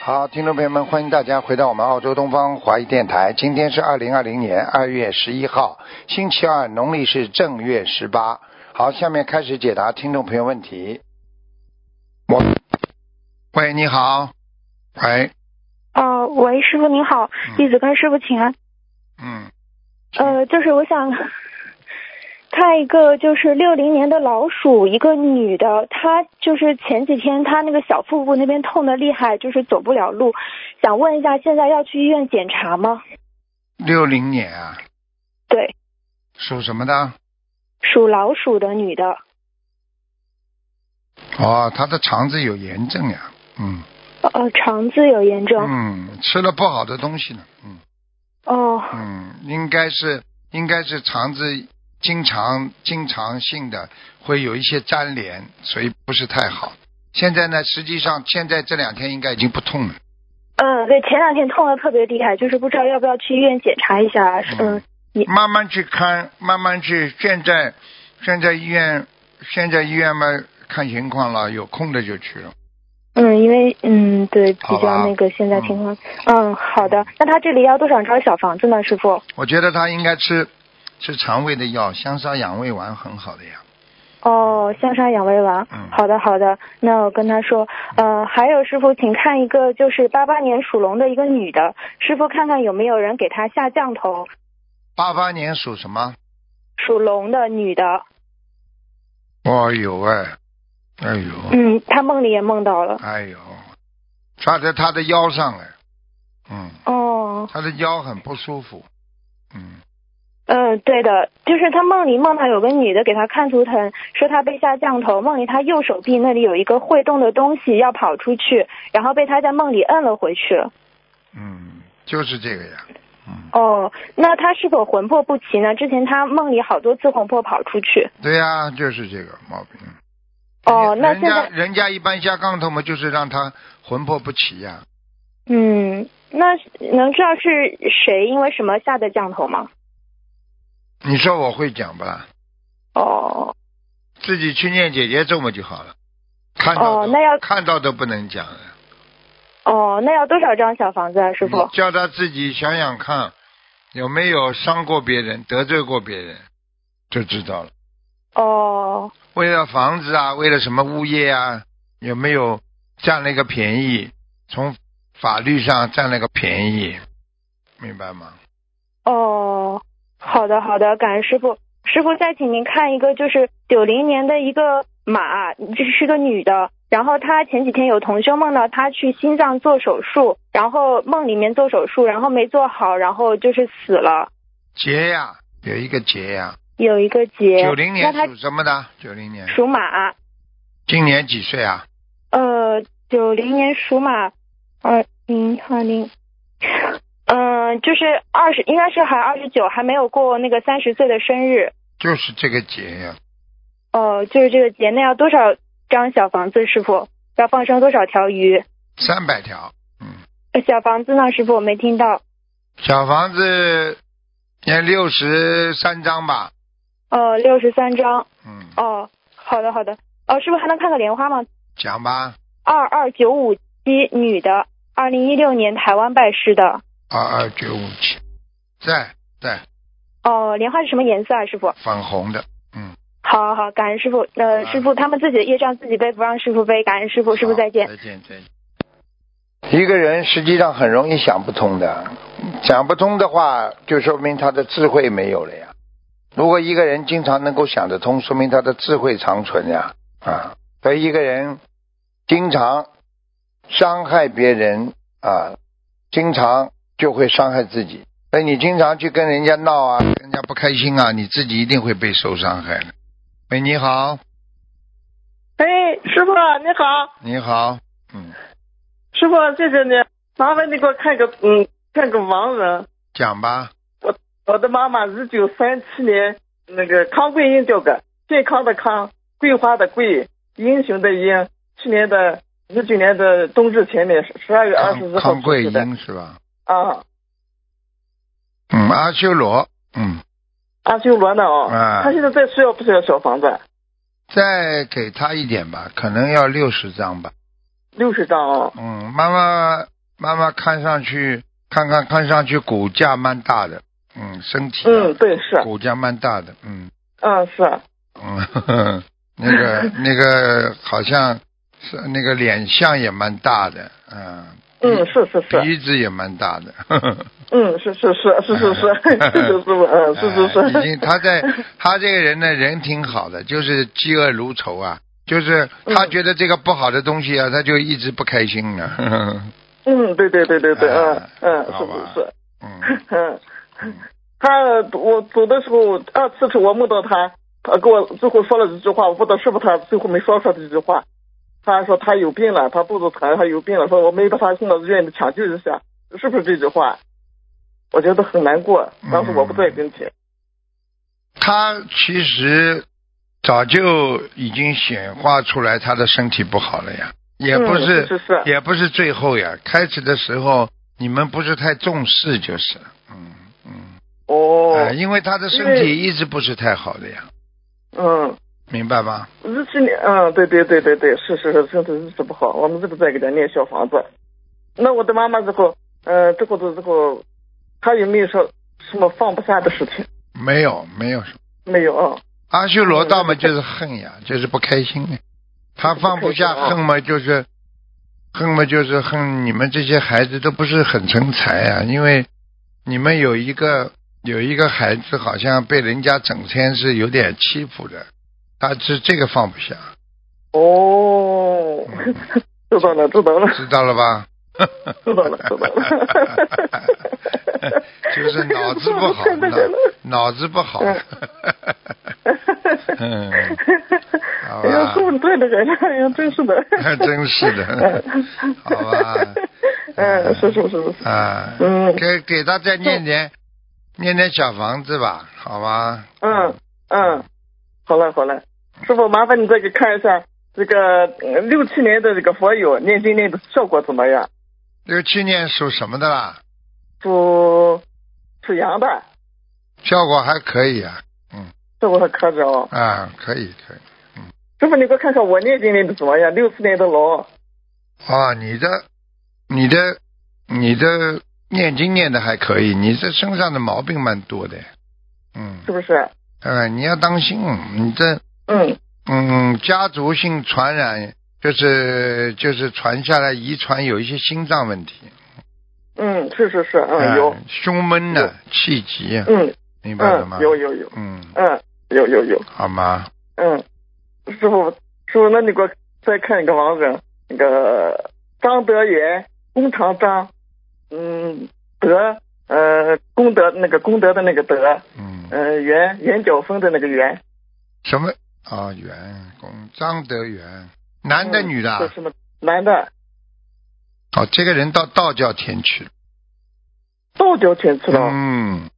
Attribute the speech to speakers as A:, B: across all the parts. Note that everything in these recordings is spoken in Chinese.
A: 好，听众朋友们，欢迎大家回到我们澳洲东方华语电台。今天是二零二零年二月十一号，星期二，农历是正月十八。好，下面开始解答听众朋友问题。我，喂，你好，喂，
B: 哦，喂，师傅您好，弟子跟师傅请安。
A: 嗯，
B: 呃，就是我想 看一个，就是六零年的老鼠，一个女的，她就是前几天她那个小腹部那边痛的厉害，就是走不了路，想问一下，现在要去医院检查吗？
A: 六零年啊，
B: 对，
A: 属什么的？
B: 属老鼠的女的，
A: 哦，他的肠子有炎症呀、嗯
B: 呃，肠子有炎症。
A: 嗯，吃了不好的东西呢，嗯。
B: 哦，
A: 嗯，应该是应该是肠子经常经常性的会有一些粘连，所以不是太好。现在呢，实际上现在这两天应该已经不痛了。
B: 嗯，对，前两天痛的特别厉害，就是不知道要不要去医院检查一下。嗯，也
A: 慢慢去看，慢慢去。现在现在医院现在医院嘛，看情况了，有空的就去了。
B: 嗯，因为嗯，对，比
A: 好吧
B: 较那个现在情况，嗯，好的。那他这里要多少张小房子呢，师傅？
A: 我觉得他应该吃吃肠胃的药，香砂养胃丸很好的呀。
B: 哦，香砂养胃丸
A: 嗯。
B: 好的，好的。那我跟他说，呃，还有师傅，请看一个就是八八年属龙的一个女的，师傅看看有没有人给她下降头。
A: 八八年属什么？
B: 属龙的女的，
A: 哦，有哎，哎呦。
B: 嗯，她梦里也梦到了。
A: 哎呦，抓在他的腰上了，嗯，
B: 哦，
A: 他的腰很不舒服，嗯，
B: 嗯，对的，就是她梦里梦到有个女的给她看图腾，说她被下降头，梦里她右手臂那里有一个会动的东西要跑出去，然后被她在梦里摁了回去。
A: 嗯，就是这个呀，嗯，
B: 哦，那她是否魂魄不齐呢？之前她梦里好多次魂魄跑出去。
A: 对呀、就是这个毛病。嗯
B: 哦，那
A: 哎人
B: 现
A: 家
B: 在
A: 人家一般下杠头嘛，就是让他魂魄不齐呀、
B: 嗯，那能知道是谁因为什么下的降头吗？
A: 你说我会讲不啦？
B: 哦，
A: 自己去念姐姐咒嘛就好了，看到
B: 哦
A: 都
B: 那要
A: 看到都不能讲了。
B: 哦，那要多少张小房子啊，师傅
A: 你？叫他自己想想看，有没有伤过别人、得罪过别人，就知道了。
B: 哦，
A: 为了房子啊，为了什么物业啊，有没有占了一个便宜？从法律上占了个便宜，明白吗？
B: 哦，好的好的，感恩师傅。师傅再请您看一个，就是九零年的一个马，这是个女的。然后她前几天有同修梦到她去心脏做手术，然后梦里面做手术，然后没做好，然后就是死了，
A: 劫呀、有一个劫呀、
B: 有一个结。
A: 九零年
B: 那
A: 属什么的？九零年
B: 她，属马，
A: 今年几岁啊？
B: 呃，九零年属马，二零二零，嗯，就是二十，应该是还二十九，还没有过那个三十岁的生日。
A: 就是这个劫呀、
B: 哦，就是这个节，那要多少张小房子，师傅？要放生多少条鱼？
A: 三百条。嗯，
B: 呃小房子呢，师傅我没听到。
A: 小房子要六十三张吧。
B: 哦，六十三张。
A: 嗯，
B: 哦，好的好的。哦，师傅还能看个莲花吗？
A: 讲吧，
B: 二二九五七女的，二零一六年台湾拜师的。
A: 二二九五七，在在
B: 哦，莲花是什么颜色啊，师傅？
A: 粉红的。嗯，
B: 好好好，感恩师傅。
A: 嗯
B: 呃，师傅他们自己的业障自己背，不让师傅背。感恩师哦傅，师傅
A: 好
B: 再见。
A: 再见再见。
C: 一个人实际上很容易想不通的，想不通的话，就说明他的智慧没有了呀。如果一个人经常能够想得通，说明他的智慧长存呀。啊，所以一个人经常伤害别人啊，经常就会伤害自己。所以你经常去跟人家闹啊，
A: 人家不开心啊，你自己一定会被受伤害的。喂，你好，
D: 哎，师傅你好，
A: 你好，嗯，
D: 师傅谢谢你，麻烦你给我看个嗯，看个亡人，
A: 讲吧，
D: 我的妈妈一九三七年那个康桂英掉的，健康的康，桂花的桂，英雄的英，去年的一九年的冬至前面十二月二十
A: 康
D: 四号
A: 康
D: 出
A: 桂
D: 世的
A: 英是吧？
D: 啊，
A: 嗯，阿修罗，嗯，
D: 阿修罗呢哦，
A: 啊
D: 他现在在需要不需要小房子？
A: 再给他一点吧，可能要六十张吧。啊
D: 六十张哦，
A: 嗯，妈妈妈妈看上去，看看看上去骨架蛮大的，嗯，身体、啊、
E: 嗯，对，是，
A: 骨架蛮大的，嗯
E: 嗯是，
A: 嗯，呵呵 那个那个好像是那个脸像也蛮大的，嗯，
E: 嗯是是是，
A: 鼻子也蛮大的，呵呵
E: 嗯是是是是 是是，是是是，嗯 是是
A: 哎
E: 是，
A: 已经他在他这个人呢，人挺好的，就是嫉恶如仇啊，就是
E: 嗯
A: 他觉得这个不好的东西啊，他就一直不开心了。 呵呵
E: 嗯，对对对对对，嗯
A: 哎
E: 嗯，
A: 好
E: 是
A: 吧
E: 是是，
A: 嗯，
E: 嗯，他我走的时候二次是我梦到他，他跟我最后说了这句话，我不知道是不是他，最后没说出来这句话。他说他有病了，他肚子疼，他有病了，说我没把他送到医院里抢救一下，是不是这句话？我觉得很难过，当时我不在跟前。
A: 他其实早就已经显化出来他的身体不好了呀，也不
E: 嗯是是是
A: 也不是最后呀，开始的时候你们不是太重视就是了，嗯嗯，
E: 哦，
A: 哎，因为他的身体一直不是太好的呀，
E: 嗯，
A: 明白吗？
E: 日期年，嗯，对对对对对，是是是，身体日子不好，我们这个在给他念小房子。那我的妈妈之后，呃，之后的之后，她有没有说什么放不下的事情？
A: 没有没有什么，
E: 没有啊。
A: 阿修罗道嘛就是恨呀，就是不开心呀，他放不下
E: 不开心哦
A: 恨嘛就是。恨嘛就是恨你们这些孩子都不是很成才啊，因为你们有一个有一个孩子好像被人家整天是有点欺负的，他是这个放不下，
E: 哦，知道了，知道了，
A: 知道了吧？。
E: 知道了，知道了
A: 就是脑子不好，
E: 真的真的
A: 脑脑子不好。 嗯，好
E: 哎呀，
A: 吧，
E: 说不对的人，哎呀，真是的。
A: 真是的，好 吧，
E: 嗯，是是是是。
A: 啊，
E: 嗯
A: 给给他再念点念点小房子吧，好吧？
E: 嗯嗯，好嘞好嘞，师傅麻烦你再给看一下这个呃六七年的这个佛友念经念的效果怎么样？
A: 六七年属什么的啦？
E: 属属羊的，
A: 效果还可以啊，
E: 这我还可着哦。
A: 啊，可以可以。
E: 师傅，你给我看看我念经念的怎么样？六四年的龙，
A: 啊，你的、你的、你的念经念的还可以，你这身上的毛病蛮多的，嗯，
E: 是不是？
A: 呃，你要当心，你这
E: 嗯
A: 嗯，家族性传染就是就是传下来遗传有一些心脏问题，
E: 嗯，是是是，嗯
A: 呃
E: 有，
A: 胸闷呢、
E: 有
A: 气急，啊
E: 嗯
A: 哎明白了吗？
E: 嗯有有有，
A: 嗯，
E: 嗯有有有，
A: 好吗？
E: 嗯，师傅师傅，那你给我再看一个王人，那个张德元，弓长张，嗯德呃功德那个功德的那个德，
A: 嗯，
E: 呃元元角峰的那个元，
A: 什么啊？袁公张德元，男的
E: 嗯
A: 女的啊？
E: 是什么男的？
A: 哦，这个人到道教天去了。
E: 道教天赐了，
A: 嗯，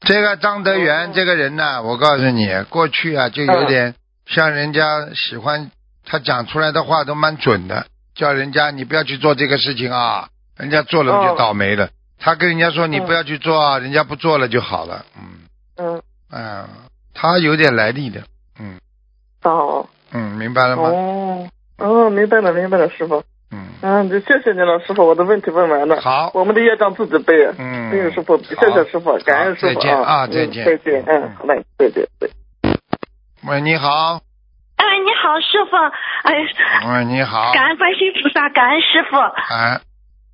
A: 这个张德元
E: 哦嗯
A: 这个人呢、我告诉你，过去啊就有点像人家喜欢他讲出来的话都蛮准的，叫人家你不要去做这个事情啊，人家做了就
E: 哦
A: 倒霉了。他跟人家说你
E: 嗯
A: 不要去做啊，人家不做了就好了。嗯，
E: 嗯，
A: 啊、他有点来历的。
E: 道
A: 嗯，明白了吗？
E: 哦哦，明白了明白了，师傅，
A: 嗯，
E: 嗯，就谢谢你了，师傅，我的问题问完了，
A: 好，
E: 我们的业障自己背，啊
A: 嗯，
E: 谢谢师傅，谢谢师傅，感恩师
A: 好再
E: 傅
A: 见啊
E: 啊，
A: 再
E: 嗯
A: 见
E: 再见，嗯，好嘞，再见，再见。
A: 喂，你好，
B: 哎，你好，师傅。哎，
A: 喂，你好，
B: 感恩观世音菩萨，感恩师傅。
A: 哎，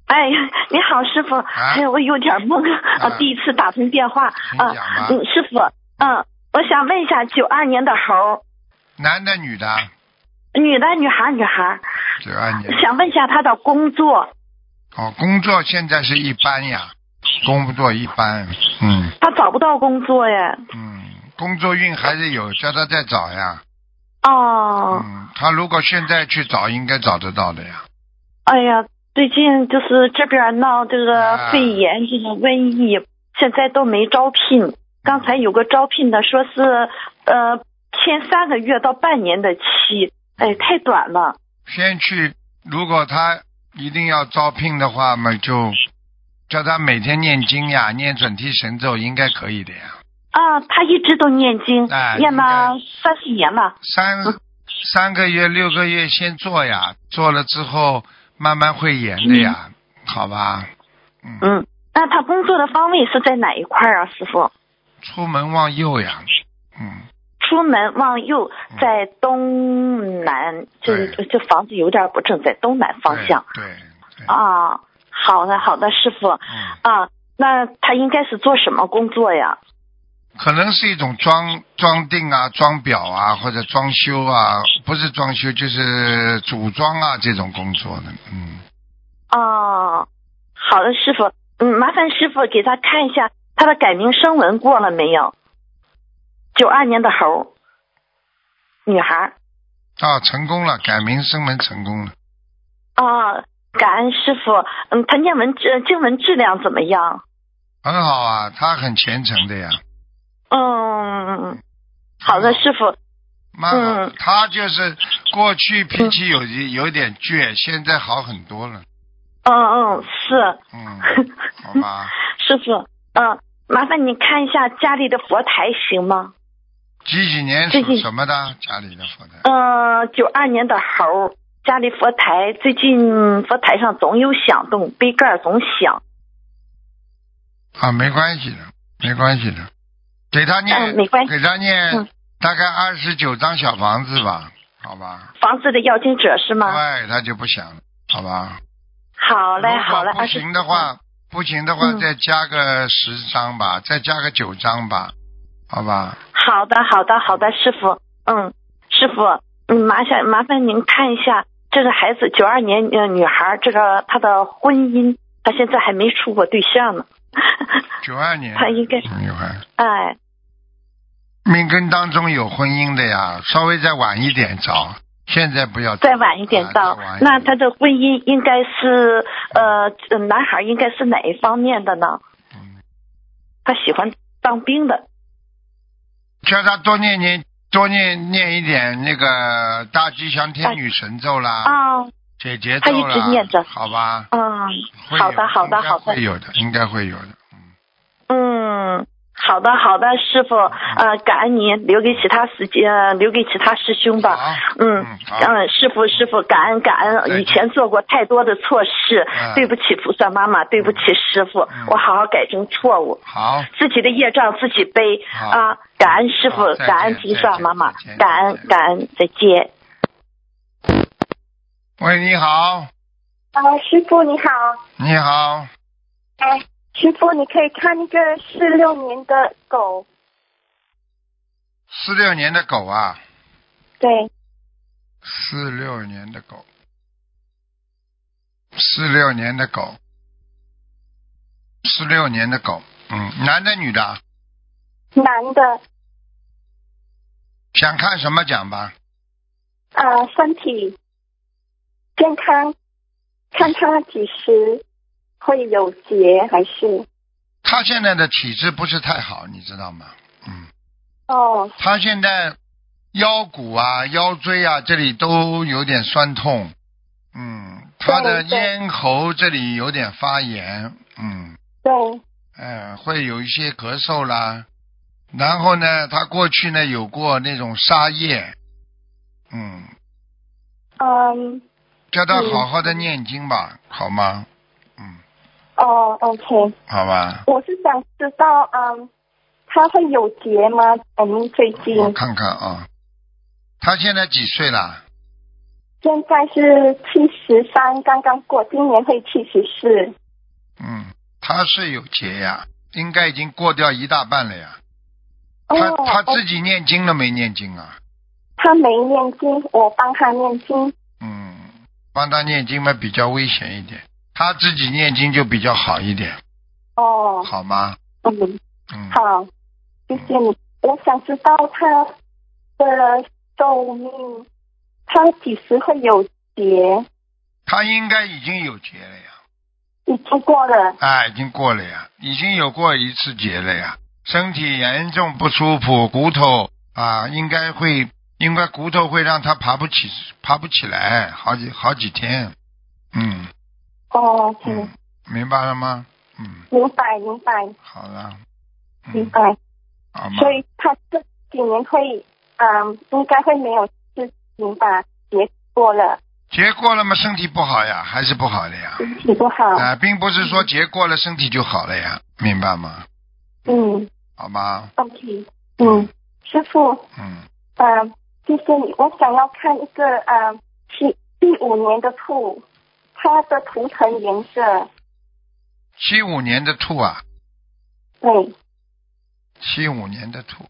B: 哎，你好，师傅。
A: 啊
B: 哎呀，我有点懵啊，第一次打通电话
A: 请讲。
B: 啊
A: 吧，
B: 嗯，师傅，嗯，我想问一下，九二年的猴，
A: 男的女的，
B: 女的，女孩，女孩，
A: 九二年。
B: 想问一下她的工作，
A: 哦，工作现在是一般呀，工作一般，嗯
B: 她找不到工作耶。
A: 嗯，工作运还是有，叫他再找呀。
B: 哦，
A: 嗯，他如果现在去找，应该找得到的呀。
B: 哎呀，最近就是这边闹这个
A: 啊
B: 肺炎，这个瘟疫，现在都没招
A: 嗯
B: 聘。刚才有个招聘的说是，呃，签三个月到半年的期，哎，太短了。
A: 先去，如果他一定要招聘的话嘛，就叫他每天念经呀，念准提神咒，应该可以的呀。
B: 啊，他一直都念经，
A: 哎
B: 念
A: 应
B: 了三四年了。
A: 三三个月、六个月先做呀，做了之后慢慢会严的呀。好吧？
B: 嗯，那他工作的方位是在哪一块儿啊，师傅？
A: 出门往右呀，嗯，
B: 出门往右，在东南，这
A: 对
B: 这房子有点不正，在东南方向
A: 对对对，
B: 啊。好的，好的，师傅
A: 嗯，
B: 啊，那他应该是做什么工作呀？
A: 可能是一种装装订啊、装裱啊或者装修啊，不是装修就是组装啊这种工作的，嗯，
B: 哦，好的，师傅，嗯，麻烦师傅给他看一下他的改名声纹过了没有？九二年的猴，女孩儿。
A: 啊，成功了，改名升门成功了，
B: 啊，感恩师傅。嗯，他念文质经文质量怎么样？
A: 很好啊，他很虔诚的呀，
B: 嗯，好的，师傅。
A: 蛮好
B: 嗯。
A: 他就是过去脾气有一有点倔，现在好很多了。
B: 嗯嗯，是
A: 嗯，好吧。
B: 师傅。嗯，麻烦你看一下家里的佛台行吗？
A: 几几年
B: 最
A: 属
B: 近
A: 什么的？家里的佛台。
B: 嗯，九二年的猴，家里佛台最近佛台上总有响动，杯盖儿总响。
A: 啊，没关系的，没关系的，给他念，
B: 嗯没关系
A: 给他念
B: 嗯
A: 大概二十九张小房子吧，好吧？
B: 房子的要经者是吗？
A: 对，他就不想了，好吧？
B: 好嘞，好嘞
A: 如，果不
B: 二十
A: 行的话，不行的话
B: 嗯
A: 再加个十张吧，再加个九张吧，好吧？
B: 好的，好的，好的，师傅，嗯，师傅，嗯，麻烦麻烦您看一下这个孩子，九二年呃女孩儿，这个她的婚姻，她现在还没处过对象呢，
A: 九二年，
B: 他应该
A: 女孩。
B: 哎，
A: 命根当中有婚姻的呀，稍微再晚一点找，现在不要找
B: 再晚一点到，
A: 啊再晚一点
B: 那她的婚姻应该是呃，呃男孩儿应该是哪一方面的呢？
A: 嗯
B: 他喜欢当兵的，
A: 叫他多念念多念念一点那个大吉祥天女神咒啦，
B: 啊，
A: 解结咒啦，
B: 他一直念着
A: 好吧？
B: 嗯，
A: 会
B: 好
A: 有
B: 的，好的，
A: 应该
B: 好的
A: 会，有的，应该会有的。
B: 嗯，好的，好的，师傅，
A: 嗯
B: 呃，感恩您，留给其他师姐，呃留给其他师兄吧。
A: 好，
B: 嗯
A: 好，
B: 嗯，师傅，师傅，感恩感
A: 再见
B: 恩，以前做过太多的错事
A: 嗯，
B: 对不起菩萨妈妈，对不起师傅，我好好改正错误，
A: 好，
B: 自己的业障自己背
A: 好
B: 啊！感恩师
A: 好
B: 傅，
A: 再见
B: 感恩菩
A: 再
B: 萨
A: 见
B: 妈妈
A: 再见，
B: 感
A: 再
B: 恩
A: 见
B: 感恩，再见。
A: 喂，你好，
F: 啊，师傅你好，
A: 你好，
F: 哎，师傅你可以看那个四六年的狗，
A: 四六年的狗啊，
F: 对，
A: 四六年的狗，四六年的狗，四六年的狗，嗯，男的女的啊？
F: 男的，
A: 想看什么讲吧？
F: 啊，身体健康，看他几时会有结还是？
A: 他现在的体质不是太好，你知道吗？嗯，
F: 哦，
A: 他现在腰骨啊、腰椎啊这里都有点酸痛，嗯，他的
F: 对对
A: 咽喉这里有点发炎，嗯，
F: 对，
A: 呃，会有一些咳嗽啦。然后呢，他过去呢有过那种沙叶，嗯，
F: 嗯，
A: 叫他
F: 嗯
A: 好好的念经吧，好吗？嗯，
F: 哦，OK，
A: 好吧，
F: 我是想知道，嗯，他会有结吗？我们最近
A: 我看看啊，他现在几岁了？
F: 现在是七十三，刚刚过，今年会七十四。
A: 嗯，他是有劫呀，应该已经过掉一大半了呀。他
F: 哦，
A: 他
F: 哦
A: 自己念经了没念经啊？
F: 他没念经，我帮他念经。
A: 嗯，帮他念经嘛比较危险一点，他自己念经就比较好一点，
F: 哦，
A: 好吗？
F: 嗯，
A: 嗯，
F: 好，谢谢你。我想知道他的寿命，他几时会有劫？
A: 他应该已经有劫了呀，
F: 已经过了。
A: 啊，已经过了呀，已经有过一次劫了呀，身体严重不舒服，骨头啊应该会，应该骨头会让他爬不起，爬不起来，好几好几天，嗯
F: 哦，
A: 嗯
F: 嗯，，
A: 明白了吗？嗯。
F: 明白，明白，
A: 好了，
F: 明
A: 嗯，
F: 白。
A: 好吗？
F: 所以他这几年会，嗯，应该会没有事情吧？劫过了。
A: 结过了嘛，身体不好呀，还是不好的呀。
B: 身体不好。
A: 啊、并不是说结过了身体就好了呀，明白吗？
B: 嗯
A: 好吗？
B: ，OK，嗯，师傅，
A: 嗯，
B: 呃，谢谢你。我想要看一个呃七第五年的兔，它的图腾颜色，
A: 七五年的兔啊，
B: 对，
A: 七五年的兔，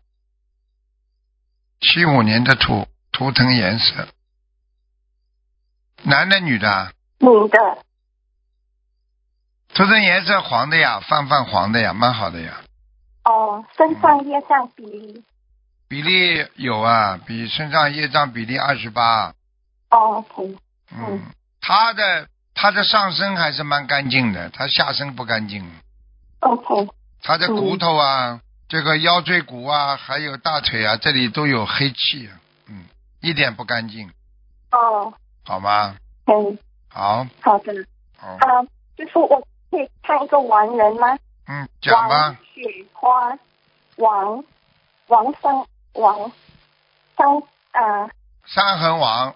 A: 七五年的兔，图腾颜色，男的女的啊？
B: 女的，
A: 图腾颜色黄的呀，泛泛黄的呀，蛮好的呀。
B: 哦，身上业障比例，
A: 比例有啊，比身上业障比例二十八。
B: 哦，OK，
A: 嗯，他的他的上身还是蛮干净的，他下身不干净。
B: OK，
A: 他的骨头啊，这个腰椎骨啊，还有大腿啊，这里都有黑气，嗯，一点不干净，
B: 哦，
A: 好吗？
B: 嗯，
A: 好，
B: 好的，
A: 好，
B: 啊、师傅，我可以看一个亡人吗？
A: 嗯，讲吧
B: 王，雪花，王，王生，王，生，呃，
A: 三横王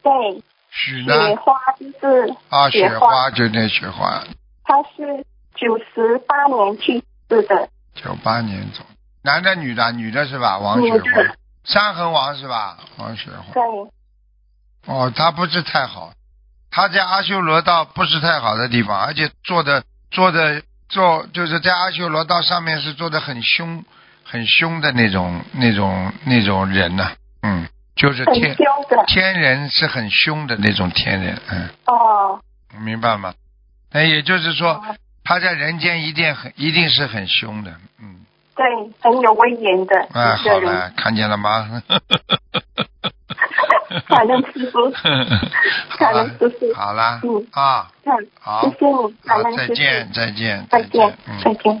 B: 对，
A: 许呢？
B: 雪花就是
A: 啊，
B: 雪
A: 雪
B: 花，
A: 花，就那雪花，
B: 他是九十八年去世的，
A: 九八年走，男的女的，女的是吧？王雪
B: 女的
A: 花，三横王是吧？王雪花。
B: 对，
A: 哦，他不是太好，他在阿修罗道不是太好的地方，而且做的做的做就是在阿修罗道上面是做的很凶很凶的那种那种那种人呐、嗯，就是
B: 很
A: 天
B: 凶的，
A: 天人是很凶的那种天人，嗯，
B: 哦，
A: 明白吗？那也就是说
B: 哦，
A: 他在人间一定很一定是很凶的，嗯，
B: 对，很有威严的
A: 哎，
B: 一
A: 好
B: 个人，
A: 了，看见了 吗？
B: 感恩 师傅，
A: 好
B: 感
A: 了
B: 恩师傅，
A: 好啦，
B: 嗯
A: 啊，
B: 嗯，
A: 好，
B: 谢谢你，感
A: 好，
B: 恩
A: 再
B: 师傅。
A: 见，再见，
B: 再见，再
A: 嗯。
B: 见。